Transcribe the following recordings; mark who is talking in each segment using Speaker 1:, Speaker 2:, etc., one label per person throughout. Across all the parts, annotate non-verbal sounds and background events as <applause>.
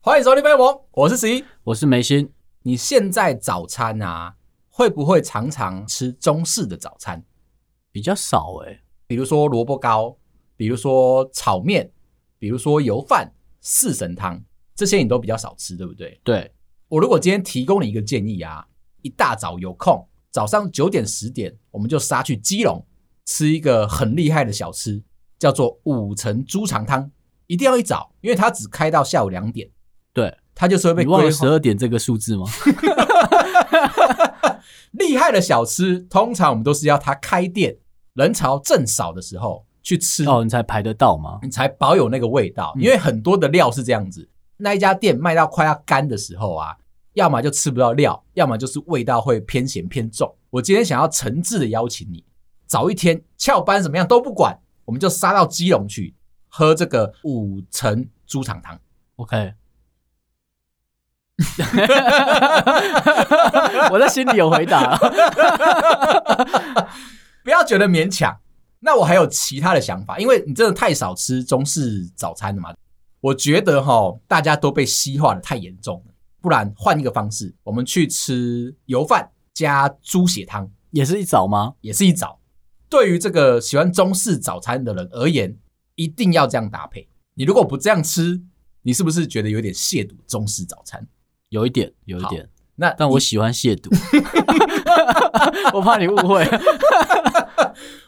Speaker 1: 欢迎收听飞我，我是十一。
Speaker 2: 我是梅心，
Speaker 1: 你现在早餐啊，会不会常常吃中式的早餐？
Speaker 2: 比较少哎、
Speaker 1: 比如说萝卜糕，比如说炒面，比如说油饭、四神汤，这些你都比较少吃，对不对？
Speaker 2: 对，
Speaker 1: 我如果今天提供你一个建议啊，一大早有空，早上九点十点，我们就杀去基隆吃一个很厉害的小吃，叫做五层猪肠汤，一定要一早，因为它只开到下午两点，
Speaker 2: 对，
Speaker 1: 它就是会被
Speaker 2: 你忘
Speaker 1: 规
Speaker 2: 了
Speaker 1: 划
Speaker 2: 十二点这个
Speaker 1: <laughs>
Speaker 2: 数字吗？
Speaker 1: 厉害的小吃，通常我们都是要它开店、人潮正少的时候去吃，
Speaker 2: 哦，嗯你才排得到吗？
Speaker 1: 你才保有那个味道。因为很多的料是这样子，那一家店卖到快要干的时候啊，要么就吃不到料，要么就是味道会偏咸偏重。我今天想要诚挚的邀请你，早一天翘班怎么样都不管，我们就杀到基隆去喝这个五层猪肠汤。 <laughs>
Speaker 2: OK，我在心里有回答。
Speaker 1: <laughs> 不要觉得勉强。那我还有其他的想法，因为你真的太少吃中式早餐了嘛。我觉得哈，大家都被西化的太严重了，不然换一个方式，我们去吃油饭加猪血汤，
Speaker 2: 也是一早吗？
Speaker 1: 也是一早。对于这个喜欢中式早餐的人而言，一定要这样搭配。你如果不这样吃，你是不是觉得有点亵渎中式早餐？
Speaker 2: 有一点，有一点，
Speaker 1: 那
Speaker 2: 但我喜欢亵
Speaker 1: <laughs>
Speaker 2: 渎，我怕你误会。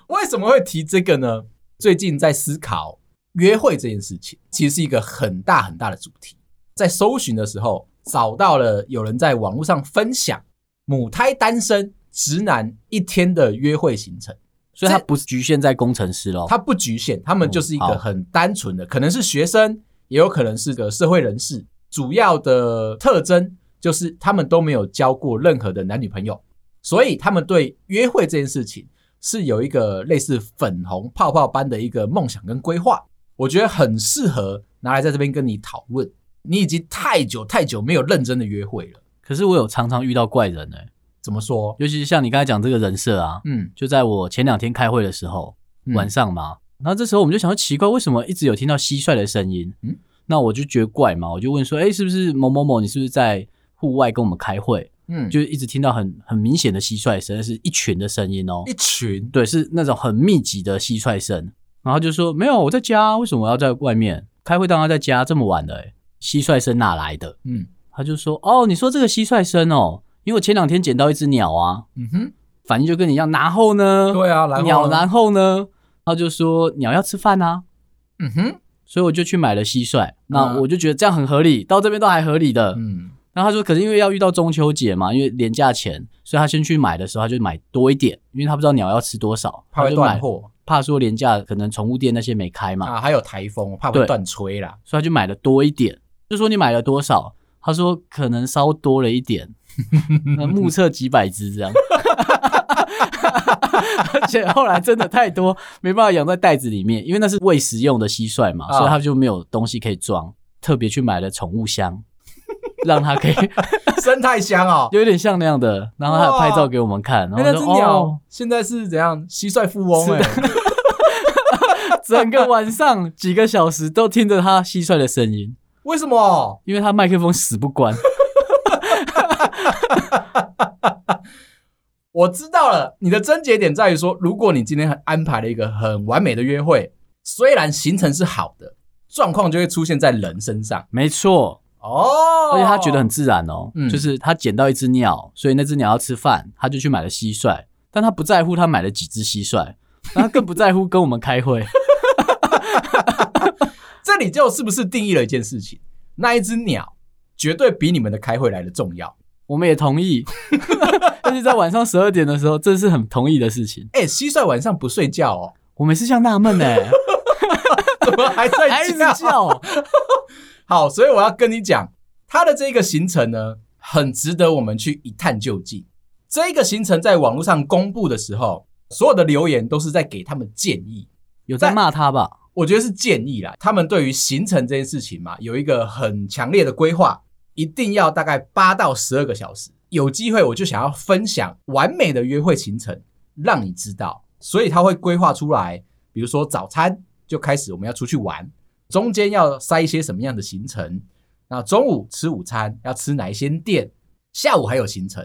Speaker 1: 为什么会提这个呢？最近在思考约会这件事情，其实是一个很大很大的主题。在搜寻的时候，找到了有人在网络上分享母胎单身直男一天的约会行程，
Speaker 2: 所以它不是局限在工程师咯。
Speaker 1: 它不局限，他们就是一
Speaker 2: 嗯
Speaker 1: 个
Speaker 2: 好
Speaker 1: 很单纯的，可能是学生，也有可能是个社会人士。主要的特征就是他们都没有交过任何的男女朋友，所以他们对约会这件事情是有一个类似粉红泡泡般的一个梦想跟规划。我觉得很适合拿来在这边跟你讨论。你已经太久太久没有认真的约会了，
Speaker 2: 可是我有常常遇到怪人哎、
Speaker 1: 怎么说？
Speaker 2: 尤其是像你刚才讲这个人设啊，
Speaker 1: 嗯，
Speaker 2: 就在我前两天开会的时候，
Speaker 1: 嗯
Speaker 2: 晚上嘛，然后这时候我们就想说奇怪，为什么一直有听到蟋蟀的声音？
Speaker 1: 嗯
Speaker 2: 那我就觉得怪嘛，我就问说，哎、是不是某某某，你是不是在户外跟我们开会？
Speaker 1: 嗯，就
Speaker 2: 就一直听到很很明显的蟋蟀声，是一群的声音哦，
Speaker 1: 一群
Speaker 2: 对，是那种很密集的蟋蟀声。然后就说没有，我在家，为什么我要在外面开会？当然在家，这么晚了、欸，蟋蟀声哪来的？
Speaker 1: 嗯
Speaker 2: 他就说，哦，你说这个蟋蟀声哦，因为我前两天捡到一只鸟啊，
Speaker 1: 嗯哼，
Speaker 2: 反应就跟你一样，然后呢？
Speaker 1: 对啊，然后
Speaker 2: 鸟，
Speaker 1: 呢
Speaker 2: 然后呢？他就说鸟要吃饭啊，
Speaker 1: 嗯哼，
Speaker 2: 所以我就去买了蟋蟀。那
Speaker 1: 嗯
Speaker 2: 我就觉得这样很合理，到这边都还合理的。
Speaker 1: 嗯
Speaker 2: 然后他说，可是因为要遇到中秋节嘛，因为廉价钱，所以他先去买的时候他就买多一点，因为他不知道鸟要吃多少，
Speaker 1: 怕
Speaker 2: 他
Speaker 1: 会
Speaker 2: 就
Speaker 1: 断
Speaker 2: 买，
Speaker 1: 货
Speaker 2: 怕说廉价可能宠物店那些没开嘛，
Speaker 1: 啊，还有台风，怕会
Speaker 2: 对
Speaker 1: 断吹啦。
Speaker 2: 所以他就买了多一点。就说你买了多少？他说可能稍多了
Speaker 1: <laughs>
Speaker 2: 一点，那目测几百只这样。 <laughs> 而且后来真的太多，没办法养在袋子里面，因为那是喂食用的蟋蟀嘛，
Speaker 1: 啊
Speaker 2: 所以他就没有东西可以装，特别去买了宠物箱， <laughs> 让它可以
Speaker 1: 生态箱哦。
Speaker 2: 有点像那样的，然后他有
Speaker 1: 哇
Speaker 2: 拍照给我们
Speaker 1: <laughs>
Speaker 2: <laughs> 看，然
Speaker 1: 哎那
Speaker 2: 后我
Speaker 1: 只
Speaker 2: 说
Speaker 1: 鸟
Speaker 2: 哦，
Speaker 1: 现在是怎样？蟋蟀富翁哎、
Speaker 2: 整个晚上几个小时都听着它蟋蟀的声音，
Speaker 1: <laughs> 为什么？
Speaker 2: 因为它麦克风死不
Speaker 1: <laughs>
Speaker 2: 关，
Speaker 1: 我知道了，你的症结点在于说，如果你今天很安排了一个很完美的约会，虽然行程是好的，状况就会出现在人身上
Speaker 2: 没错，
Speaker 1: 哦。
Speaker 2: 而且他觉得很自然哦，
Speaker 1: 嗯
Speaker 2: 就是他捡到一只鸟，所以那只鸟要吃饭，他就去买了蟋蟀，但他不在乎他买了几只蟋蟀，然后更不在乎跟我们开会。
Speaker 1: 这里就是不是定义了一件事情，那一只鸟绝对比你们的开会来的重要。
Speaker 2: 我们也同意， <laughs> 但是在晚上十二点的时候，这是很同意的事情。
Speaker 1: 哎、蟋蟀晚上不睡觉哦， <laughs>
Speaker 2: 我每次像纳闷呢，欸
Speaker 1: 怎么还在
Speaker 2: <laughs> 还一
Speaker 1: <laughs>
Speaker 2: 直叫，
Speaker 1: 好，所以我要跟你讲，他的这个行程呢，很值得我们去一探究竟。这个行程在网络上公布的时候，所有的留言都是在给他们建议，
Speaker 2: 有在骂他吧？
Speaker 1: 我觉得是建议啦。他们对于行程这件事情嘛，有一个很强烈的规划，一定要大概八到十二个小时。有机会我就想要分享完美的约会行程，让你知道。所以他会规划出来，比如说早餐就开始我们要出去玩，中间要塞一些什么样的行程，那中午吃午餐要吃哪一些店，下午还有行程，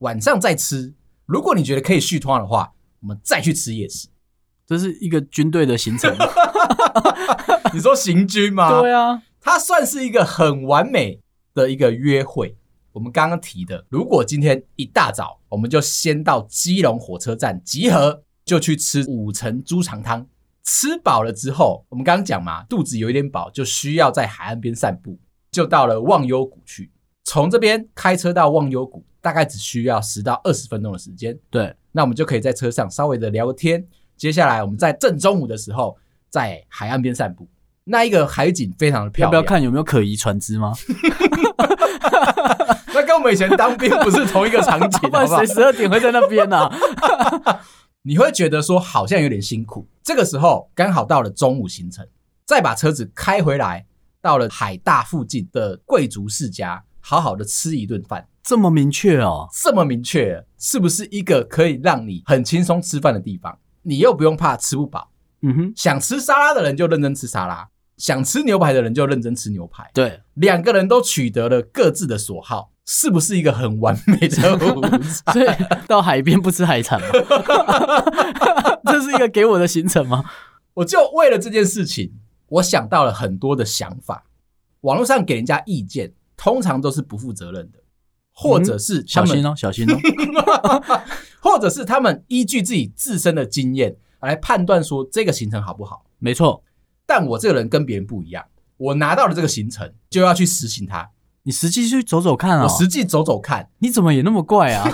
Speaker 1: 晚上再吃。如果你觉得可以续通的话，我们再去吃夜市。
Speaker 2: 这是一个军队的行
Speaker 1: <laughs>
Speaker 2: 程。
Speaker 1: 你说行军吗？
Speaker 2: 对啊，
Speaker 1: 它算是一个很完美的一个约会。我们刚刚提的，如果今天一大早我们就先到基隆火车站集合，就去吃五层猪肠汤，吃饱了之后，我们刚刚讲嘛，肚子有一点饱，就需要在海岸边散步，就到了忘忧谷去。从这边开车到忘忧谷，大概只需要十到二十分钟的时间。
Speaker 2: 对，
Speaker 1: 那我们就可以在车上稍微的聊个天。接下来我们在正中午的时候，在海岸边散步，那一个海景非常的漂
Speaker 2: 要
Speaker 1: 亮。
Speaker 2: 不要看有没有可疑船只吗？
Speaker 1: <laughs> 那跟我们以前当兵不是同一个场景， <laughs> 好
Speaker 2: <laughs> 不
Speaker 1: 不
Speaker 2: 然
Speaker 1: 好
Speaker 2: 谁？十二点会在那边
Speaker 1: <laughs>
Speaker 2: 啊？
Speaker 1: 你会觉得说好像有点辛苦。这个时候刚好到了中午行程，再把车子开回来，到了海大附近的贵族世家，好好的吃一顿饭。
Speaker 2: 这么明确哦，
Speaker 1: 这么明确，是不是一个可以让你很轻松吃饭的地方？你又不用怕吃不饱，
Speaker 2: 嗯哼，
Speaker 1: 想吃沙拉的人就认真吃沙拉，想吃牛排的人就认真吃牛排。
Speaker 2: 对，
Speaker 1: 两个人都取得了各自的所好，是不是一个很完美的午餐？
Speaker 2: <laughs> 所以到海边不吃海产吗？ <laughs> 这是一个给我的行程吗？
Speaker 1: 我就为了这件事情，我想到了很多的想法。网络上给人家意见，通常都是不负责任的，或者是他
Speaker 2: 小
Speaker 1: 们，
Speaker 2: 心哦，小 <laughs> 心哦。
Speaker 1: 或者是他们依据自己自身的经验来判断说这个行程好不好。
Speaker 2: 没错，
Speaker 1: 但我这个人跟别人不一样，我拿到了这个行程就要去实行它，
Speaker 2: 你实际去走走看啊、
Speaker 1: 我实际走走看。
Speaker 2: 你怎么也那么怪啊？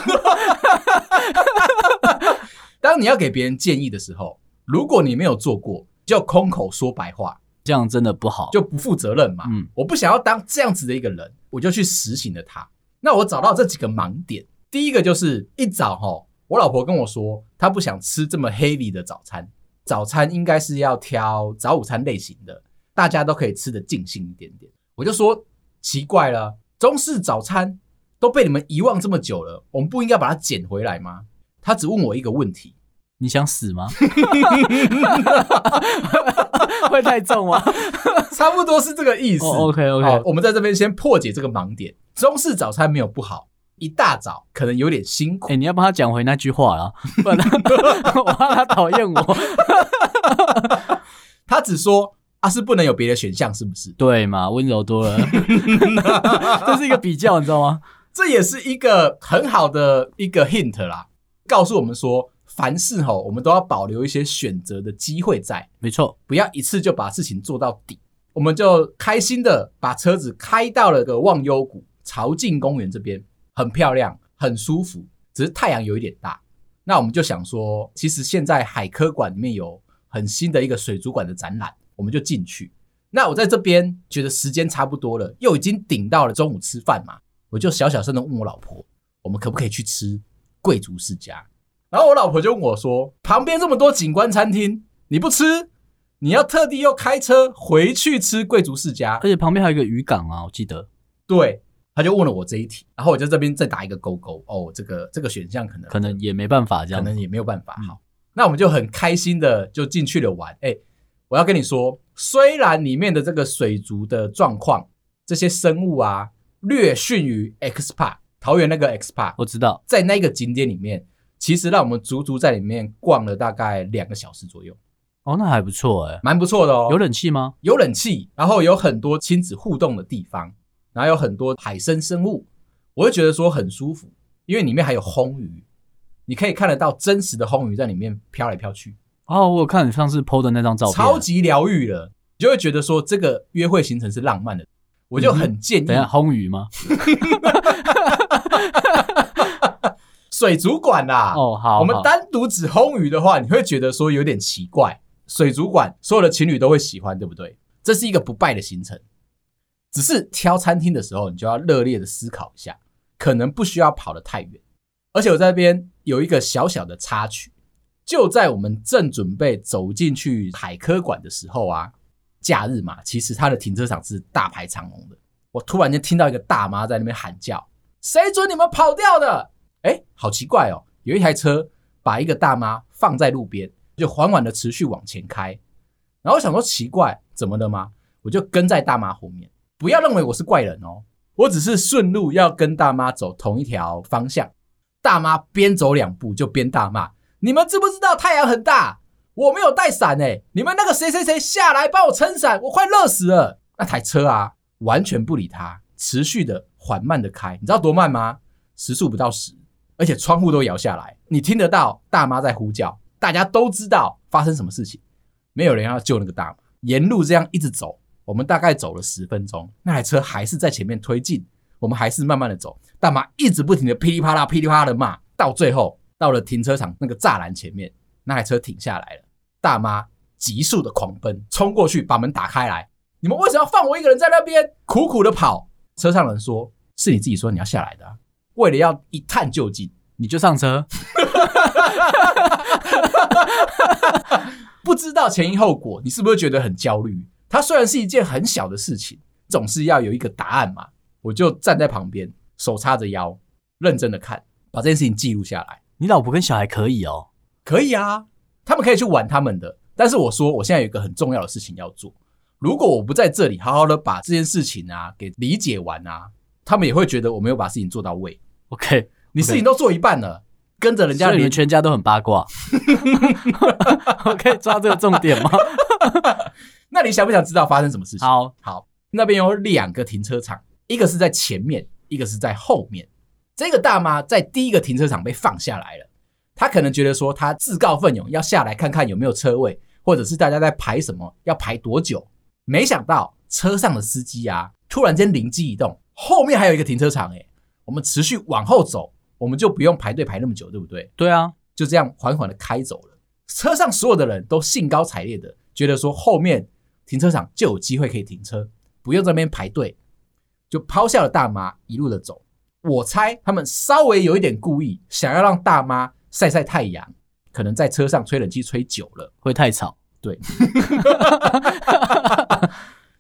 Speaker 1: 当你要给别人建议的时候，如果你没有做过，就空口说白话，
Speaker 2: 这样真的不好。
Speaker 1: 就不负责任嘛。
Speaker 2: 嗯
Speaker 1: 我不想要当这样子的一个人，我就去实行了它。那我找到这几个盲点，第一个就是一早哈，我老婆跟我说她不想吃这么 heavy 的早餐，早餐应该是要挑早午餐类型的，大家都可以吃的尽兴一点点。我就说奇怪了，中式早餐都被你们遗忘这么久了，我们不应该把它捡回来吗？她只问我一个问题， <laughs>
Speaker 2: 你想死吗？ <laughs> 会太重吗？
Speaker 1: 差不多是这个意思。
Speaker 2: 哦，OK
Speaker 1: 好
Speaker 2: OK，，
Speaker 1: 我们在这边先破解这个盲点。中式早餐没有不好，一大早可能有点辛苦
Speaker 2: 哎、。你要帮他讲回那句话 <laughs> 啦，不然他 <laughs> 我怕他讨厌我，
Speaker 1: 他只说啊，是不能有别的选项，是不是？
Speaker 2: 对嘛？温柔多了， <laughs> 这是一个比较，你知道吗？
Speaker 1: 这也是一个很好的一个 hint 啦，告诉我们说，凡事吼，我们都要保留一些选择的机会在，
Speaker 2: 没错，
Speaker 1: 不要一次就把事情做到底。我们就开心的把车子开到了个忘忧谷朝境公园这边，很漂亮，很舒服，只是太阳有一点大。那我们就想说，其实现在海科馆里面有很新的一个水族馆的展览，我们就进去。那我在这边觉得时间差不多了，又已经顶到了中午吃饭嘛，我就小小声的问我老婆，我们可不可以去吃贵族世家？然后我老婆就问我说：“旁边这么多景观餐厅，你不吃，你要特地又开车回去吃贵族世家
Speaker 2: 而且旁边还有一个渔港啊，我记得。？”
Speaker 1: 对，他就问了我这一题，然后我就这边再打一个勾勾。哦，这个这个选项可能
Speaker 2: 可能也没办法这
Speaker 1: 可
Speaker 2: 样。
Speaker 1: 能也没有办法。
Speaker 2: 嗯
Speaker 1: 好，那我们就很开心的就进去了玩。哎、我要跟你说，虽然里面的这个水族的状况，这些生物啊，略逊于 X Park 桃园那个 X Park，
Speaker 2: 我知道，
Speaker 1: 在那个景点里面，其实让我们足足在里面逛了大概两个小时左右，
Speaker 2: 哦，那还不错哎、
Speaker 1: 蛮不错的哦。
Speaker 2: 有冷气吗？
Speaker 1: 有冷气，然后有很多亲子互动的地方，然后有很多海生生物，我会觉得说很舒服，因为里面还有红鱼，你可以看得到真实的红鱼在里面飘来飘去，
Speaker 2: 哦，我有看你上次 PO 的那张照片。
Speaker 1: 超级疗愈了，你就会觉得说这个约会行程是浪漫的。我就很建议
Speaker 2: 嗯等一下，烘鱼吗？
Speaker 1: <laughs> 水族馆啊啦、
Speaker 2: <laughs> 哦，好，
Speaker 1: 我们
Speaker 2: 好
Speaker 1: 单独只烘鱼的话，你会觉得说有点奇怪。水族馆所有的情侣都会喜欢，对不对？这是一个不败的行程。只是挑餐厅的时候，你就要热烈的思考一下，可能不需要跑得太远。而且我在这边有一个小小的插曲，就在我们正准备走进去海科馆的时候啊，假日嘛，其实它的停车场是大排长龙的，我突然间听到一个大妈在那边喊叫：“谁准你们跑掉的？”哎，好奇怪哦！有一台车把一个大妈放在路边，就缓缓的持续往前开。然后我想说奇怪，怎么了吗？我就跟在大妈后面。不要认为我是怪人哦，我只是顺路要跟大妈走同一条方向。大妈边走两步就边大骂：“你们知不知道太阳很大？我没有带伞哎、你们那个谁谁谁下来帮我撑伞，我快热死了！”那台车啊，完全不理他，持续的缓慢的开，你知道多慢吗？时速不到十，而且窗户都摇下来，你听得到大妈在呼叫，大家都知道发生什么事情，没有人要救那个大妈。沿路这样一直走，我们大概走了十分钟，那台车还是在前面推进，我们还是慢慢的走，大妈一直不停的噼里啪啦噼里啪啦的骂，到最后到了停车场那个栅栏前面，那台车停下来了，大妈急速的狂奔冲过去，把门打开来，你们为什么要放我一个人在那边苦苦的跑？车上人说是你自己说你要下来的、啊，为了要一探究竟，
Speaker 2: 你就上车，
Speaker 1: 不知道前因后果，你是不是觉得很焦虑？它虽然是一件很小的事情，总是要有一个答案嘛。我就站在旁边，手叉着腰，认真的看，把这件事情记录下来。
Speaker 2: 你老婆跟小孩可以哦。
Speaker 1: 可以啊，他们可以去玩他们的。但是我说，我现在有一个很重要的事情要做。如果我不在这里好好的把这件事情啊给理解完啊，他们也会觉得我没有把事情做到位。
Speaker 2: OK，
Speaker 1: 你事情都做一半了，跟 <laughs> 着人家
Speaker 2: 所以你
Speaker 1: 连
Speaker 2: 们全家都很八
Speaker 1: <laughs>
Speaker 2: 卦。OK，抓这个重点吗？
Speaker 1: 那你想不想知道发生什么事情？
Speaker 2: 好，
Speaker 1: 好，那边有两个停车场，一个是在前面，一个是在后面。这个大妈在第一个停车场被放下来了，她可能觉得说她自告奋勇要下来看看有没有车位，或者是大家在排什么，要排多久。没想到车上的司机啊，突然间灵机一动，后面还有一个停车场、欸，我们持续往后走，我们就不用排队排那么久，对不对？
Speaker 2: 对啊，
Speaker 1: 就这样缓缓的开走了。车上所有的人都兴高采烈的觉得说，后面停车场就有机会可以停车，不用在那边排队，就抛下了大妈，一路的走。我猜他们稍微有一点故意，想要让大妈晒晒太阳，可能在车上吹冷气吹久了，
Speaker 2: 会太吵。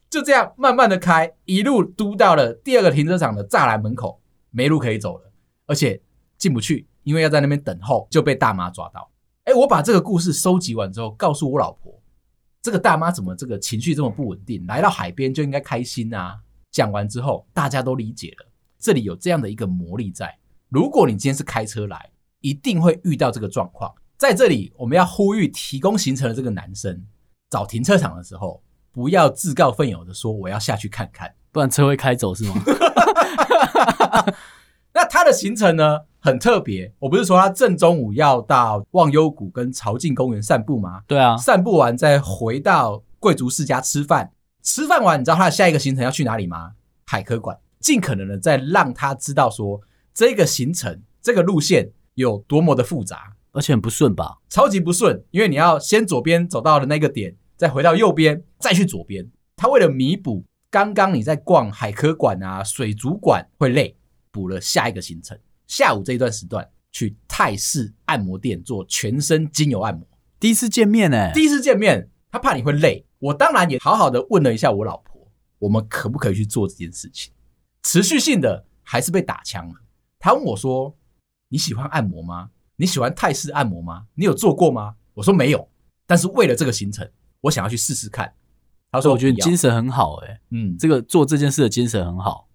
Speaker 1: 就这样慢慢的开，一路嘟到了第二个停车场的栅栏门口，没路可以走了，而且进不去，因为要在那边等候，就被大妈抓到。哎，我把这个故事收集完之后，告诉我老婆，这个大妈怎么这个情绪这么不稳定？来到海边就应该开心啊！讲完之后，大家都理解了，这里有这样的一个魔力在。如果你今天是开车来，一定会遇到这个状况。在这里，我们要呼吁提供行程的这个男生，找停车场的时候，不要自告奋勇的说我要下去看看。
Speaker 2: 不然车会开走是吗？
Speaker 1: 那他的行程呢很特别，我不是说他正中午要到忘忧谷跟朝境公园散步吗？
Speaker 2: 对啊，
Speaker 1: 散步完再回到贵族世家吃饭，吃饭完你知道他的下一个行程要去哪里吗？海科馆，尽可能的再让他知道说这个行程这个路线有多么的复杂，
Speaker 2: 而且很不顺吧？
Speaker 1: 超级不顺，因为你要先左边走到的那个点，再回到右边，再去左边。他为了弥补刚刚你在逛海科馆啊、水族馆会累，补了下一个行程，下午这一段时段去泰式按摩店做全身精油按摩。
Speaker 2: 第一次见面哎、
Speaker 1: 第一次见面，他怕你会累，我当然也好好的问了一下我老婆，我们可不可以去做这件事情？持续性的还是被打枪了。他问我说：“你喜欢按摩吗？你喜欢泰式按摩吗？你有做过吗？”我说没有，但是为了这个行程，我想要去试试看。他
Speaker 2: 他说
Speaker 1: 说：“
Speaker 2: 我觉得你
Speaker 1: 不要
Speaker 2: 精神很好哎、
Speaker 1: 嗯，
Speaker 2: 这个做这件事的精神很好，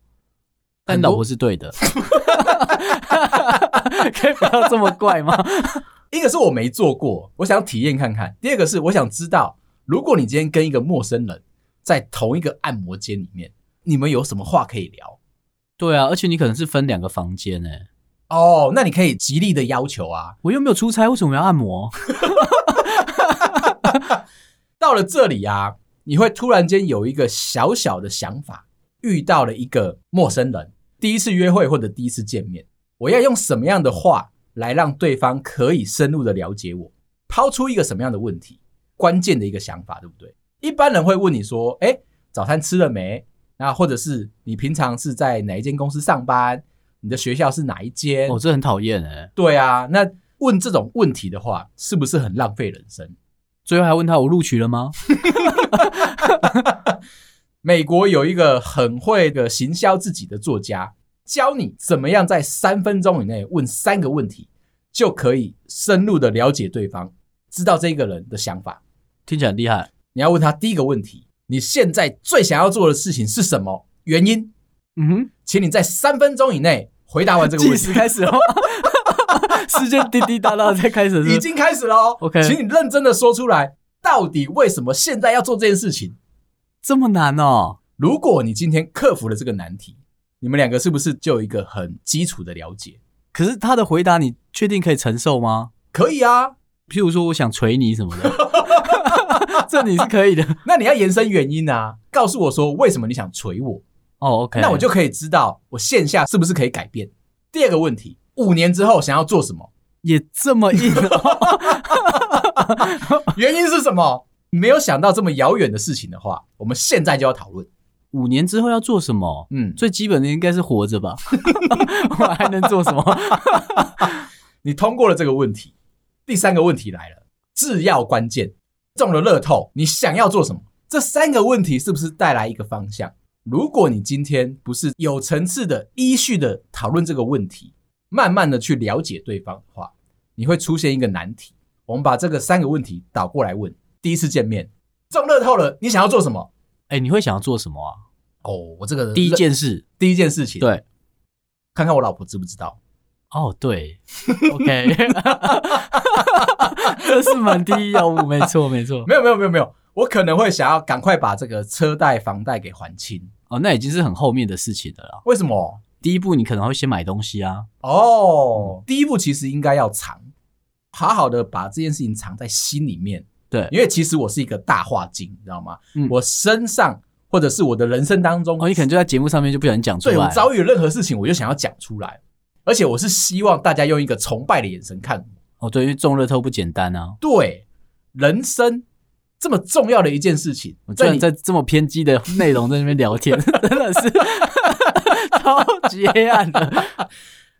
Speaker 2: 但
Speaker 1: 很
Speaker 2: 老
Speaker 1: 多
Speaker 2: 婆是对的， <laughs> 可以不要这么怪吗？
Speaker 1: 一个是我没做过，我想体验看看；第二个是我想知道，如果你今天跟一个陌生人在同一个按摩间里面，你们有什么话可以聊？
Speaker 2: 对啊，而且你可能是分两个房间哎、
Speaker 1: 哦，那你可以极力的要求啊，
Speaker 2: 我又没有出差，为什么要按摩？
Speaker 1: 到了这里啊，你会突然间有一个小小的想法，遇到了一个陌生人，第一次约会或者第一次见面，我要用什么样的话来让对方可以深入的了解我？抛出一个什么样的问题？关键的一个想法，对不对？一般人会问你说：“哎，早餐吃了没？”那或者是你平常是在哪一间公司上班？你的学校是哪一间？
Speaker 2: 哦，这很讨厌哎。
Speaker 1: 对啊，那问这种问题的话，是不是很浪费人生？
Speaker 2: 最后还问他我录取了吗？
Speaker 1: 美国有一个很会的行销自己的作家，教你怎么样在三分钟以内问三个问题，就可以深入的了解对方，知道这个人的想法。
Speaker 2: 听起来很厉害。
Speaker 1: 你要问他第一个问题：你现在最想要做的事情是什么？原因，
Speaker 2: 嗯哼，
Speaker 1: 请你在三分钟以内回答完这个问
Speaker 2: 计
Speaker 1: 题
Speaker 2: 时。开始 <laughs> 哦，时间滴滴答答在开始，
Speaker 1: 已经开始了哦
Speaker 2: OK
Speaker 1: 请你认真的说出来，到底为什么现在要做这件事情？
Speaker 2: 这么难哦。
Speaker 1: 如果你今天克服了这个难题，你们两个是不是就有一个很基础的了解？
Speaker 2: 可是他的回答，你确定可以承受吗？
Speaker 1: 可以啊，
Speaker 2: 譬如说，我想捶你什么 <laughs> 的，这你是可以的。
Speaker 1: 那你要延伸原因啊，告诉我说为什么你想锤我，
Speaker 2: 哦，OK，
Speaker 1: 那我就可以知道我线下是不是可以改变。第二个问题，五年之后想要做什么？
Speaker 2: 也这么硬哦。 <laughs>
Speaker 1: 原因是什么？没有想到这么遥远的事情的话，我们现在就要讨论。
Speaker 2: 五年之后要做什么？
Speaker 1: 嗯，
Speaker 2: 最基本的应该是活着 <laughs> 吧，我还能做什么？
Speaker 1: 你通过了这个问题，第三个问题来了，制药关键中了乐透，你想要做什么？这三个问题是不是带来一个方向？如果你今天不是有层次的、依序的讨论这个问题，慢慢的去了解对方的话，你会出现一个难题。我们把这个三个问题倒过来问：第一次见面中乐透了，你想要做什么？
Speaker 2: 哎、你会想要做什么啊？
Speaker 1: 哦，我这个
Speaker 2: 第一件事，
Speaker 1: 第一件事情，，
Speaker 2: 对，
Speaker 1: 看看我老婆知不知道。
Speaker 2: 哦，对，OK，这是蛮第一要务，没错，没错。
Speaker 1: 没有没有没有没有，我可能会想要赶快把这个车贷、房贷给还清。
Speaker 2: 哦，那已经是很后面的事情了啦。
Speaker 1: 为什么？
Speaker 2: 第一步，你可能会先买东西啊。
Speaker 1: 哦，第一步其实应该要藏，好好的把这件事情藏在心里面。
Speaker 2: 对
Speaker 1: 因为其实我是一个大话精，你知道吗？
Speaker 2: 嗯
Speaker 1: 我身上或者是我的人生当中，
Speaker 2: 哦，你可能就在节目上面就不小心讲出
Speaker 1: 对我
Speaker 2: 来。
Speaker 1: 遭遇任何事情，我就想要讲出来，而且我是希望大家用一个崇拜的眼神看我。
Speaker 2: 哦，对，因为中乐透不简单啊。
Speaker 1: 对，人生这么重要的一件事情
Speaker 2: 我，居
Speaker 1: 在
Speaker 2: 然
Speaker 1: 你
Speaker 2: 在这么偏激的内容在那边聊天， <laughs> 真的是超级黑暗的。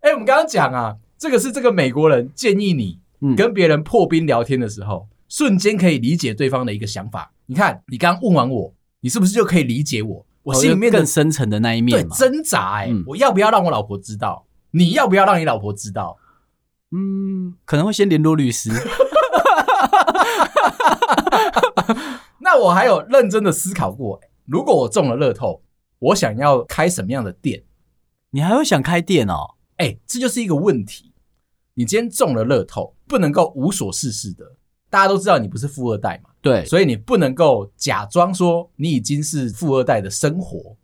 Speaker 1: 哎、我们刚刚讲啊，这个是这个美国人建议你
Speaker 2: 嗯
Speaker 1: 跟别人破冰聊天的时候，瞬间可以理解对方的一个想法。你看，你刚刚问完我，你是不是就可以理解我？ <laughs> 我
Speaker 2: 哦
Speaker 1: 心里面
Speaker 2: 就
Speaker 1: 的、
Speaker 2: 更深层的那一
Speaker 1: 对
Speaker 2: 面嘛。
Speaker 1: 挣扎、哎、
Speaker 2: 嗯
Speaker 1: 我要不要让我老婆知道？你要不要让你老婆知道？
Speaker 2: 嗯，可能会先联络律师。 <laughs>
Speaker 1: 那我还有认真的思考过、哎如果我中了乐透，我想要开什么样的店？
Speaker 2: 你还会想开店哦？
Speaker 1: 哎、这就是一个问题。你今天中了乐透，不能够无所事事的。大家都知道你不是富二代嘛。
Speaker 2: 对，
Speaker 1: 所以你不能够假装说你已经是富二代的生活，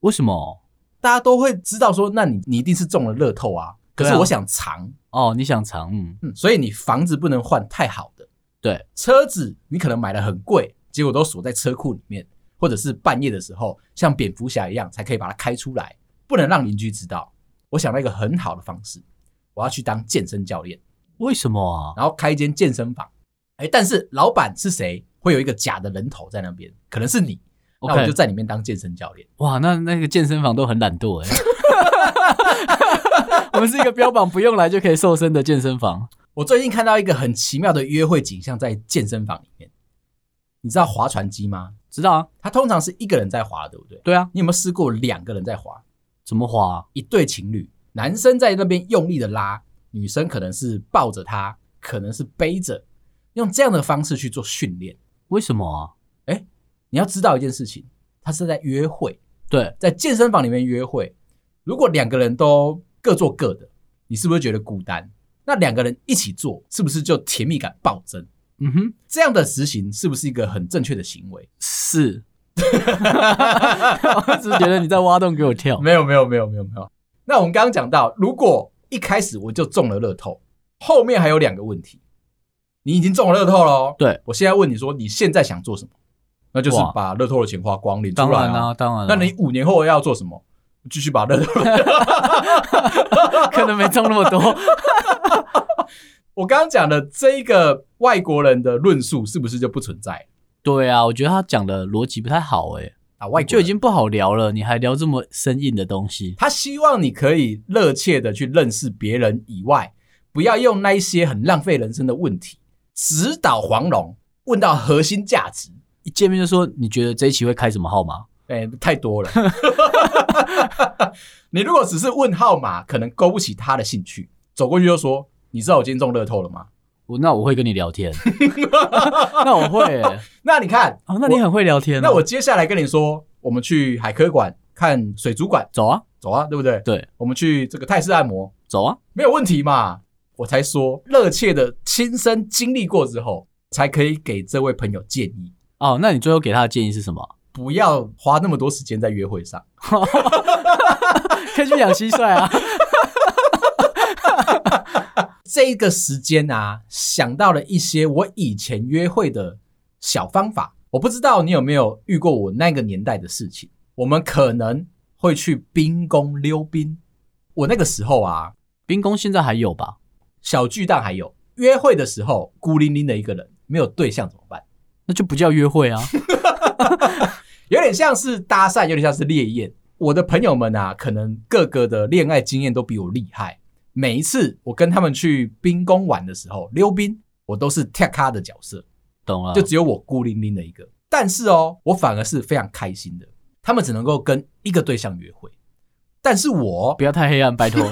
Speaker 2: 为什么？
Speaker 1: 大家都会知道说，那你你一定是中了乐透啊。可
Speaker 2: 对啊
Speaker 1: 是我想藏，
Speaker 2: 哦，你想尝？嗯，
Speaker 1: 嗯，所以你房子不能换太好的，
Speaker 2: 对，
Speaker 1: 车子你可能买的很贵，结果都锁在车库里面，或者是半夜的时候像蝙蝠侠一样才可以把它开出来，不能让邻居知道。我想到一个很好的方式，我要去当健身教练，
Speaker 2: 为什么啊？
Speaker 1: 然后开一间健身房。哎，但是老板是谁？会有一个假的人头在那边，可能是你。那我
Speaker 2: OK
Speaker 1: 就在里面当健身教练。
Speaker 2: 哇，那那个健身房都很懒惰哎。 <laughs> 我们是一个标榜不用来就可以瘦身的健身房。
Speaker 1: 我最近看到一个很奇妙的约会景象在健身房里面。你知道划船机吗？
Speaker 2: 知道啊？
Speaker 1: 它通常是一个人在划，对不对？
Speaker 2: 对啊。
Speaker 1: 你有没有试过两个人在划？
Speaker 2: 怎么滑啊？
Speaker 1: 一对情侣，男生在那边用力的拉，女生可能是抱着他，可能是背着，用这样的方式去做训练。
Speaker 2: 为什么啊？
Speaker 1: 你要知道一件事情，他是在约会，
Speaker 2: 对，
Speaker 1: 在健身房里面约会。如果两个人都各做各的，你是不是觉得孤单？那两个人一起做，是不是就甜蜜感暴增？
Speaker 2: 嗯哼，
Speaker 1: 这样的执行是不是一个很正确的行为？
Speaker 2: 是。 <laughs> 我只是觉得你在挖洞给我跳。
Speaker 1: 没有，没有，没有，没有，没有。那我们刚刚讲到，如果一开始我就中了乐透，后面还有两个问题，你已经中了乐透喽。
Speaker 2: 对，
Speaker 1: 我现在问你说，你现在想做什么？那就是
Speaker 2: 哇
Speaker 1: 把乐透的钱花光，领出
Speaker 2: 当
Speaker 1: 来
Speaker 2: 然
Speaker 1: 啊。
Speaker 2: 啊，当然、啊。
Speaker 1: 那
Speaker 2: <laughs>
Speaker 1: 你五年后要做什么？继续把乐透。
Speaker 2: 可能没中那么多。
Speaker 1: 我刚刚讲的这一个外国人的论述，是不是就不存在
Speaker 2: 对啊，我觉得他讲的逻辑不太好哎、
Speaker 1: 啊？外国人
Speaker 2: 就已经不好聊了，你还聊这么生硬的东西？
Speaker 1: 他希望你可以热切的去认识别人以外，不要用那一些很浪费人生的问题指导黄龙，问到核心价值。
Speaker 2: 一见面就说你觉得这一期会开什么号码？
Speaker 1: 哎、太多了。 <laughs> 你如果只是问号码，可能勾不起他的兴趣。走过去就说：“你知道我今天中乐透了吗 <laughs>
Speaker 2: 我那我会跟你聊 <laughs> 天，那我会欸、？”
Speaker 1: 那你看，
Speaker 2: 哦，那你很会聊天、
Speaker 1: 那我接下来跟你说，我们去海科馆看水族馆，
Speaker 2: 走啊，
Speaker 1: 走啊，对不对？
Speaker 2: 对，
Speaker 1: 我们去这个泰式按摩，
Speaker 2: 走啊，
Speaker 1: 没有问题嘛。我才说，热切的亲身经历过之后，才可以给这位朋友建议，
Speaker 2: 哦，那你最后给他的建议是什么？ <laughs>
Speaker 1: 不要花那么多时间在约会上。
Speaker 2: 可以去养蟋蟀啊， <laughs>
Speaker 1: 这个时间啊，想到了一些我以前约会的小方法。我不知道你有没有遇过我那个年代的事情。我们可能会去冰宫溜冰。我那个时候啊，
Speaker 2: 冰宫现在还有吧？
Speaker 1: 小巨蛋还有约会的时候，孤零零的一个人，没有对象怎么办？
Speaker 2: 那就不叫约会啊，
Speaker 1: 有点像是搭讪，有点像是烈焰。我的朋友们啊，可能各个的恋爱经验都比我厉害。每一次我跟他们去冰宫玩的时候，溜冰，我都是跳咖的角色。
Speaker 2: 懂了，
Speaker 1: 就只有我孤零零的一个。但是哦，我反而是非常开心的。他们只能够跟一个对象约会，但是我，
Speaker 2: 不要太黑暗，拜托，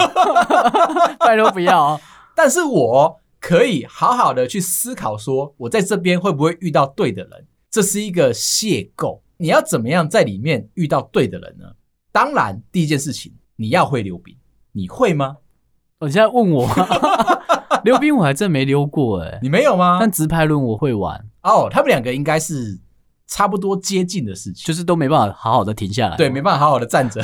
Speaker 2: <laughs> 拜托不要、啊。
Speaker 1: 但是我可以好好的去思考，说我在这边会不会遇到对的人？这是一个邂逅。你要怎么样在里面遇到对的人呢？当然，第一件事情你要会溜冰，你会吗？
Speaker 2: 我哦现在问我 <laughs> 啊溜冰，我还真没溜过哎、
Speaker 1: 你没有吗？
Speaker 2: 但直排轮我会玩，
Speaker 1: 哦，他们两个应该是差不多接近的事情。
Speaker 2: 就是都没办法好好的停下来。
Speaker 1: 对，没办法好好的站着。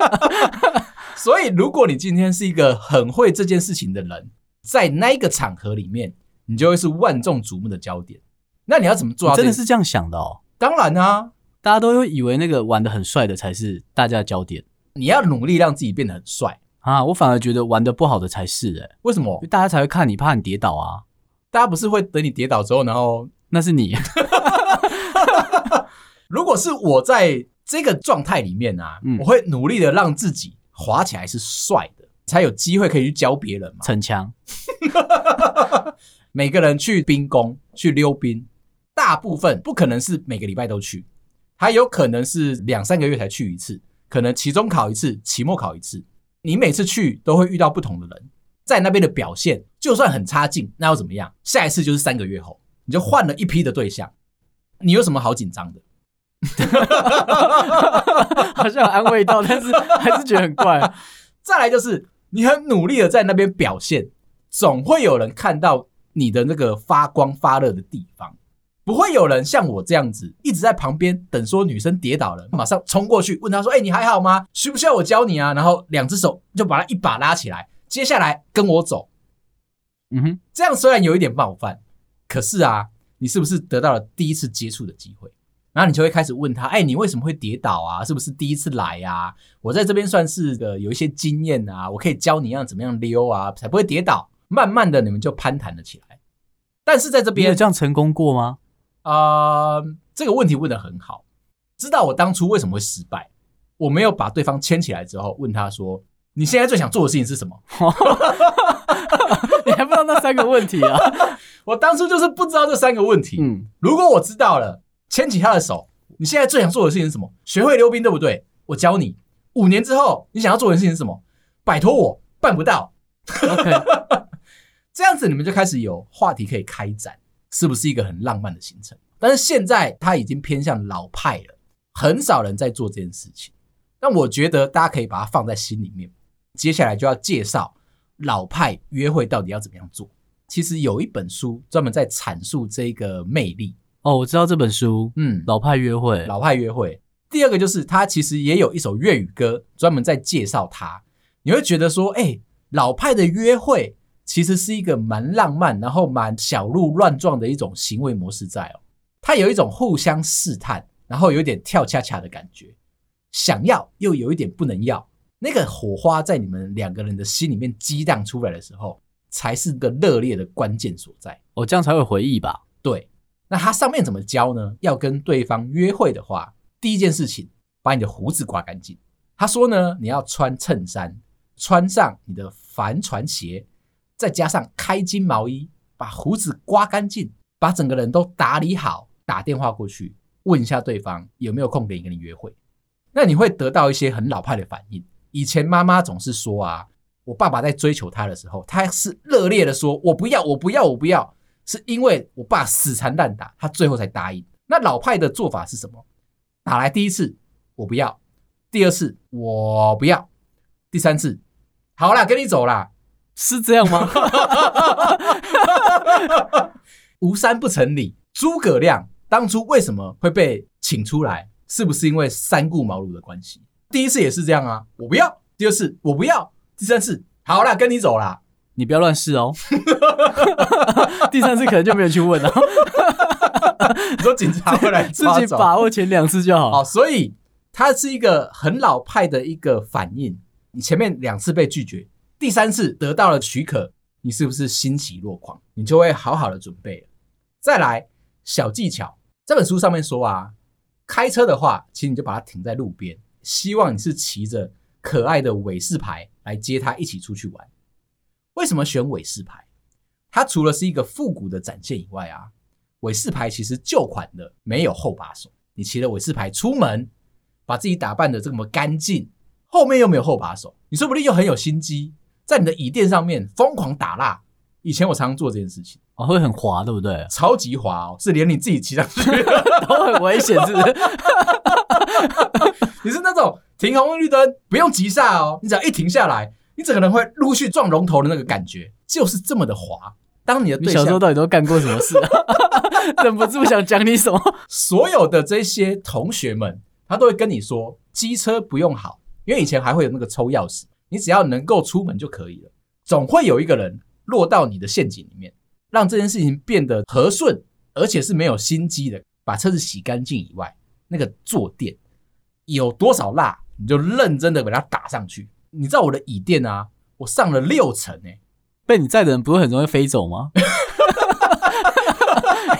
Speaker 1: <laughs> 所以，如果你今天是一个很会这件事情的人，在那一个场合里面，你就会是万众瞩目的焦点。那你要怎么做
Speaker 2: 你
Speaker 1: 到这
Speaker 2: 真
Speaker 1: 件
Speaker 2: 的
Speaker 1: 事？
Speaker 2: 是这样想的哦。
Speaker 1: 当然啊，
Speaker 2: 大家都会以为那个玩的很帅的才是大家的焦点
Speaker 1: 你要努力让自己变得很帅。
Speaker 2: 啊，我反而觉得玩的不好的才是哎、
Speaker 1: 为什
Speaker 2: 因
Speaker 1: 么
Speaker 2: 为？大家才会看你，怕你跌倒啊。
Speaker 1: 大家不是会等你跌倒之后，然后
Speaker 2: 那是你 <laughs>
Speaker 1: 如果是我在这个状态里面啊，
Speaker 2: 嗯
Speaker 1: 我会努力的让自己滑起来是帅的，才有机会可以去教别人嘛。
Speaker 2: 逞强，
Speaker 1: 每个人去冰宫去溜冰，大部分不可能是每个礼拜都去，还有可能是两三个月才去一次，可能期中考一次，期末考一次。你每次去都会遇到不同的人，在那边的表现就算很差劲，那又怎么样？下一次就是三个月后，你就换了一批的对象，你有什么好紧张的？
Speaker 2: <laughs> 好像有安慰到，但是还是觉得很怪。
Speaker 1: 再来就是你很努力的在那边表现，总会有人看到你的那个发光发热的地方，不会有人像我这样子一直在旁边等，说女生跌倒了，马上冲过去问她说：“哎、你还好吗？需不需要我教你啊？”然后两只手就把她一把拉起来，接下来跟我走。
Speaker 2: 嗯哼，
Speaker 1: 这样虽然有一点冒犯，可是啊，你是不是得到了第一次接触的机会？然后你就会开始问他：“哎、你为什么会跌倒啊？是不是第一次来啊？我在这边算是个有一些经验啊，我可以教你要怎么样溜啊，才不会跌倒。”慢慢的，你们就攀谈了起来。但是在这
Speaker 2: 你有
Speaker 1: 边
Speaker 2: 这，样成功过吗？
Speaker 1: 呃，这个问题问得很好，知道我当初为什么会失败。我没有把对方牵起来之后，问他说：“你现在最想做的事情是什么？”
Speaker 2: <laughs> 你还不知道那三个问题啊？
Speaker 1: 我当初就是不知道这三个问题。
Speaker 2: <laughs> 嗯，
Speaker 1: 如果我知道了，牵起他的手，你现在最想做的事情是什么？学会溜冰，对不对？我教你。五年之后，你想要做的事情是什么？拜托我，办不到。
Speaker 2: OK，
Speaker 1: <laughs> 这样子你们就开始有话题可以开展，是不是一个很浪漫的行程？但是现在它已经偏向老派了，很少人在做这件事情。但我觉得大家可以把它放在心里面。接下来就要介绍老派约会到底要怎么样做。其实有一本书专门在阐述这个魅力，
Speaker 2: 哦，我知道这本书《
Speaker 1: 嗯，
Speaker 2: 老派约会》，
Speaker 1: 老派约会。第二个就是他其实也有一首粤语歌专门在介绍他，你会觉得说，哎、老派的约会其实是一个蛮浪漫，然后蛮小鹿乱撞的一种行为模式在哦。他有一种互相试探，然后有一点跳恰恰的感觉，想要又有一点不能要，那个火花在你们两个人的心里面激荡出来的时候，才是个热烈的关键所在。
Speaker 2: 哦，这样才会有回忆吧？
Speaker 1: 对，那它上面怎么教呢？要跟对方约会的话，第一件事情，把你的胡子刮干净。他说呢，你要穿衬衫，穿上你的帆船鞋，再加上开襟毛衣，把胡子刮干净，把整个人都打理好，打电话过去问一下对方有没有空给你跟你约会，那你会得到一些很老派的反应。以前妈妈总是说啊，我爸爸在追求她的时候，她是热烈的说“我不要，我不要，我不要”，是因为我爸死缠烂打，她最后才答应。那老派的做法是什么？打来第一次我不要，第二次我不要，第三次好啦，跟你走啦，
Speaker 2: 是这样吗？
Speaker 1: 无三不成理。诸葛亮当初为什么会被请出来？是不是因为三顾茅庐的关系？第一次也是这样啊，我不要；第二次我不要；第三次好啦，跟你走啦。
Speaker 2: <laughs> 你不要乱试哦。 <laughs> 第三次可能就没有去问了，
Speaker 1: 你说警察会来
Speaker 2: <laughs> 自
Speaker 1: 抓
Speaker 2: 己
Speaker 1: 走？
Speaker 2: 把握前两次就好。
Speaker 1: 好，所以它是一个很老派的一个反应。你前面两次被拒绝，第三次得到了许可，你是不是欣喜若狂？你就会好好的准备了。再来，小技巧，这本书上面说啊，开车的话，其实你就把它停在路边，希望你是骑着可爱的尾式牌来接它一起出去玩。为什么选尾式牌？它除了是一个复古的展现以外啊，尾式牌其实旧款的没有后把手，你骑了尾式牌出门，把自己打扮的这么干净，后面又没有后把手，你说不定又很有心机，在你的椅垫上面疯狂打蜡。以前我常做这件事情，
Speaker 2: 哦，会很滑，对不 <laughs> 对？
Speaker 1: 超级滑哦，是连你自己骑上去，
Speaker 2: 都很危险，是不 <laughs> 是？
Speaker 1: <laughs> 你是那种停红绿灯不用急刹哦，你只要一停下来，你整个人会陆续撞龙头的那个感觉，就是这么的滑。当你的
Speaker 2: 你
Speaker 1: 对
Speaker 2: 小
Speaker 1: 象
Speaker 2: 时候到底都干过什么事、 <laughs> 啊？忍不住想讲你什么？
Speaker 1: 所有的这些同学们，他都会跟你说，机车不用好，因为以前还会有那个抽钥匙，你只要能够出门就可以了。总会有一个人落到你的陷阱里面，让这件事情变得和顺，而且是没有心机的。把车子洗干净以外，那个坐垫有多少蜡，你就认真的把它打上去。你知道我的椅垫啊，我上了六层哎、
Speaker 2: 被你载的人不会很容易飞走吗？ <laughs>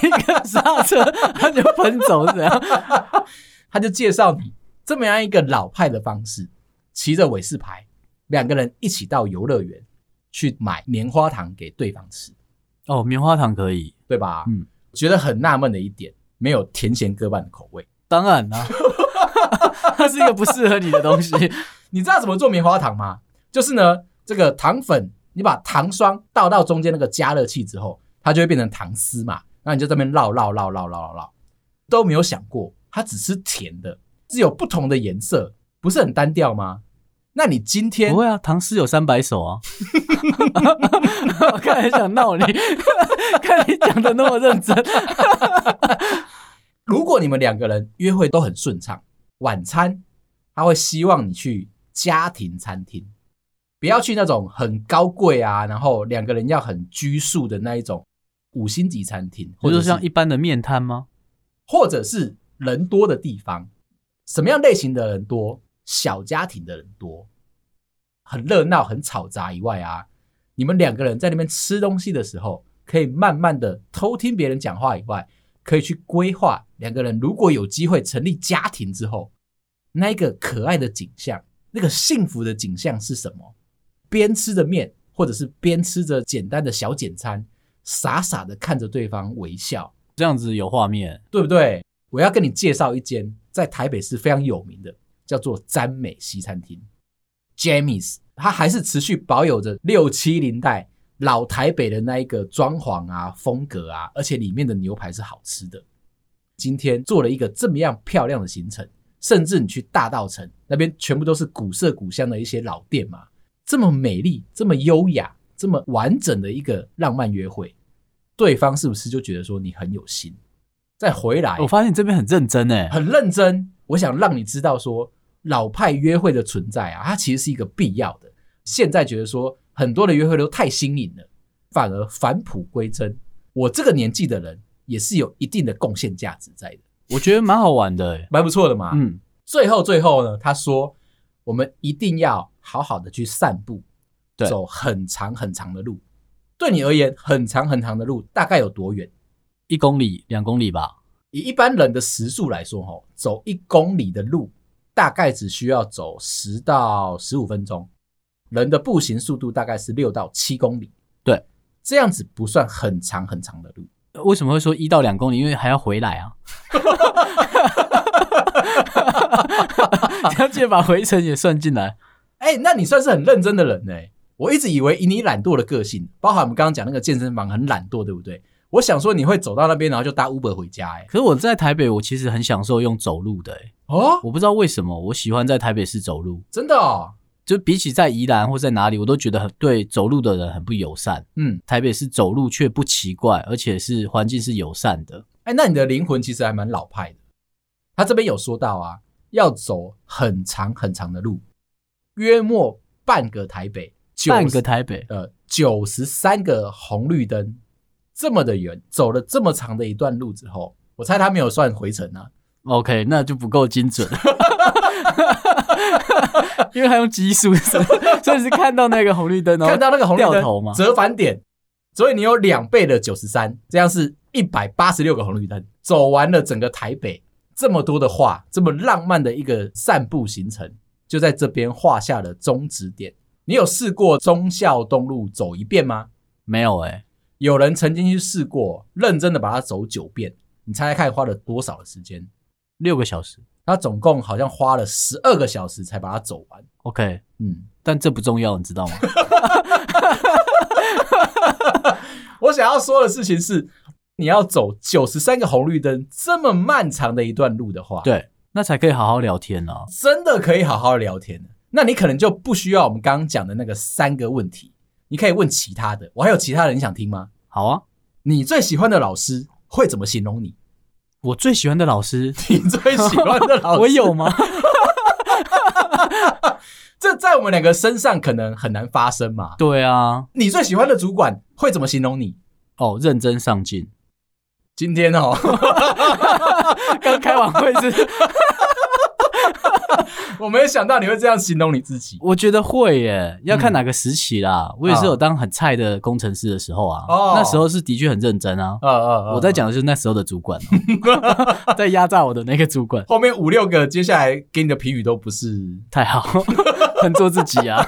Speaker 2: 一个刹车他就奔走，怎样？
Speaker 1: 他就介绍你这么样一个老派的方式，骑着尾士牌，两个人一起到游乐园去买棉花糖给对方吃，
Speaker 2: 哦，棉花糖可以，
Speaker 1: 对吧？
Speaker 2: 嗯，
Speaker 1: 觉得很纳闷的一点，没有甜咸各半的口味。
Speaker 2: 当然啦、它是一个不适合你的东西。
Speaker 1: 你知道怎么做棉花糖吗？就是呢，这个糖粉，你把糖霜倒到中间那个加热器之后，它就会变成糖丝嘛。那你就这边绕绕绕绕绕绕绕，都没有想过它只是甜的，只有不同的颜色，不是很单调吗？那你今天
Speaker 2: 不会啊，唐诗有三百首啊。我刚才想闹你，看你讲的那么认真，
Speaker 1: 如果你们两个人约会都很顺畅，晚餐他会希望你去家庭餐厅，不要去那种很高贵啊，然后两个人要很拘束的那一种五星级餐厅，或
Speaker 2: 不
Speaker 1: 者
Speaker 2: 就是像一般的面摊吗？
Speaker 1: 或者是人多的地方，什么样类型的人多？小家庭的人多，很热闹、很吵杂以外啊，你们两个人在那边吃东西的时候，可以慢慢的偷听别人讲话以外，可以去规划两个人如果有机会成立家庭之后，那一个可爱的景象，那个幸福的景象是什么？边吃着面，或者是边吃着简单的小简餐，傻傻的看着对方微笑，
Speaker 2: 这样子有画面，
Speaker 1: 对不对？我要跟你介绍一间在台北市非常有名的，叫做詹美西餐厅 （Jamie's）。它还是持续保有着六七零代老台北的那一个装潢啊、风格啊，而且里面的牛排是好吃的。今天做了一个这么样漂亮的行程，甚至你去大道城那边，全部都是古色古香的一些老店嘛，这么美丽、这么优雅、这么完整的一个浪漫约会，对方是不是就觉得说你很有心？再回来，
Speaker 2: 我发现你这边很认真哎。
Speaker 1: 很认真，我想让你知道说，老派约会的存在啊，它其实是一个必要的。现在觉得说，很多的约会都太新颖了，反而返璞归真。我这个年纪的人也是有一定的贡献价值在的，
Speaker 2: 我觉得蛮好玩的欸。
Speaker 1: 蛮不错的嘛。
Speaker 2: 嗯，
Speaker 1: 最后最后呢，他说，我们一定要好好的去散步，
Speaker 2: 对
Speaker 1: 走很长很长的路。对你而言，很长很长的路大概有多远？
Speaker 2: 一公里、两公里吧。
Speaker 1: 以一般人的时速来说，吼，走一公里的路大概只需要走十到十五分钟，人的步行速度大概是六到七公里。
Speaker 2: 对，
Speaker 1: 这样子不算很长很长的路。
Speaker 2: 为什么会说一到两公里？因为还要回来啊。 <laughs> 你要记得把回程也算进来。
Speaker 1: 哎、那你算是很认真的人呢、我一直以为以你懒惰的个性，包含我们刚刚讲那个健身房很懒惰，对不对？我想说你会走到那边，然后就搭 Uber 回家、哎，
Speaker 2: 可是我在台北，我其实很享受用走路的、欸。
Speaker 1: 哦，
Speaker 2: 我不知道为什么，我喜欢在台北市走路。
Speaker 1: 真的哦，
Speaker 2: 就比起在宜兰或在哪里，我都觉得很对走路的人很不友善。
Speaker 1: 嗯，
Speaker 2: 台北市走路却不奇怪，而且是环境是友善的。
Speaker 1: 哎、那你的灵魂其实还蛮老派的。他这边有说到啊，要走很长很长的路，约莫半个台北，90
Speaker 2: 半个台北，
Speaker 1: 呃九十三个红绿灯，这么的远，走了这么长的一段路之后，我猜他没有算回程啊。
Speaker 2: OK，那就不够精准， <laughs> 因为他用基数，所以所以是 <laughs> 看到那个红绿灯，然后哦
Speaker 1: 看到那个红绿
Speaker 2: 掉
Speaker 1: 灯
Speaker 2: 头吗
Speaker 1: 折返点，所以你有两倍的九十三，这样是一百八十六个红绿灯，走完了整个台北，这么多的话，这么浪漫的一个散步行程，就在这边画下了终止点。你有试过忠孝东路走一遍吗？
Speaker 2: 没有哎、
Speaker 1: 有人曾经去试过，认真的把它走九遍，你猜猜看花了多少的时间？
Speaker 2: 六个小时。
Speaker 1: 他总共好像花了十二个小时才把它走完。
Speaker 2: OK，
Speaker 1: 嗯，
Speaker 2: 但这不重要，你知道吗？ <laughs>
Speaker 1: 我想要说的事情是，你要走九十三个红绿灯这么漫长的一段路的话，，
Speaker 2: 对，那才可以好好聊天呢、啊。
Speaker 1: 真的可以好好聊天的。那你可能就不需要我们刚刚讲的那个三个问题，你可以问其他的。我还有其他的，你想听吗？
Speaker 2: 好啊，
Speaker 1: 你最喜欢的老师会怎么形容你？ <laughs>
Speaker 2: 我最喜欢的老师，
Speaker 1: 你最喜欢的老师，
Speaker 2: 我有 <laughs> 吗？
Speaker 1: 这在我们两个身上可能很难发生嘛。
Speaker 2: 对啊，
Speaker 1: 你最喜欢的主管会怎么形容你？
Speaker 2: 哦，认真上进。
Speaker 1: 今天哦， <laughs>
Speaker 2: 刚开完会是，
Speaker 1: 我没有想到你会这样形容你自己
Speaker 2: <laughs> 我觉得会耶，要看哪个时期啦。我也是有当很菜的工程师的时候啊，
Speaker 1: 哦
Speaker 2: 那时候是的确很认真啊。
Speaker 1: 啊啊！
Speaker 2: 我在讲的就是那时候的主管、啊， <laughs> 在压榨我的那个主管，
Speaker 1: 后面五六个，接下来给你的评语都不是。你
Speaker 2: 太好， <laughs> 很做自己啊，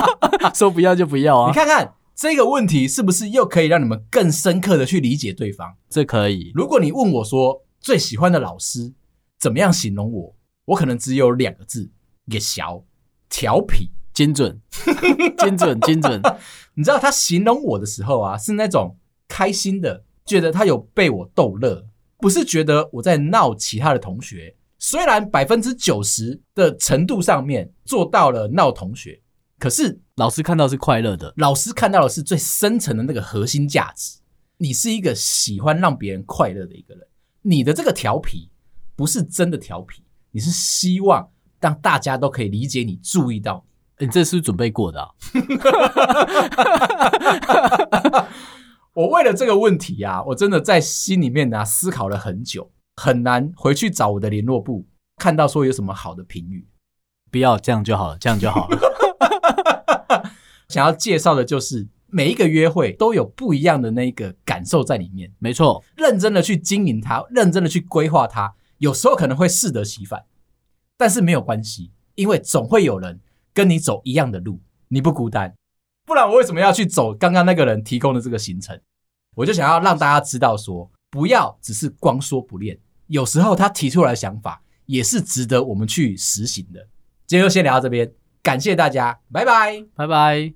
Speaker 2: <laughs> 说不要就不要啊，
Speaker 1: 看看这个问题是不是又可以让你们更深刻的去理解对方？
Speaker 2: 这可以。
Speaker 1: 如果你问我说最喜欢的老师怎么样形容我，我可能只有两个字：也小调皮。
Speaker 2: 精准，精准，精准。
Speaker 1: 你知道他形容我的时候啊，是那种开心的，觉得他有被我逗乐，不是觉得我在闹其他的同学。虽然百分之九十的程度上面做到了闹同学，可是
Speaker 2: 老师看到是快乐的，
Speaker 1: 老师看到的是最深层的那个核心价值。你是一个喜欢让别人快乐的一个人，你的这个调皮不是真的调皮，你是希望让大家都可以理解你、注意到你。
Speaker 2: 你欸这是不是准备过的、啊？
Speaker 1: 我为了这个问题啊，我真的在心里面呢、思考了很久，很难回去找我的联络部，看到说有什么好的评语。 <laughs>
Speaker 2: 不要这样就好了，这样就好了。
Speaker 1: 想要介绍的就是每一个约会都有不一样的那个感受在里面，
Speaker 2: 没错，
Speaker 1: 认真的去经营它，认真的去规划它，有时候可能会适得其反，但是没有关系，因为总会有人跟你走一样的路，你不孤单。不然我为什么要去走刚刚那个人提供的这个行程？我就想要让大家知道说，不要只是光说不练，有时候他提出来的想法也是值得我们去实行的。今天就先聊到这边，感谢大家，拜拜。
Speaker 2: 拜拜。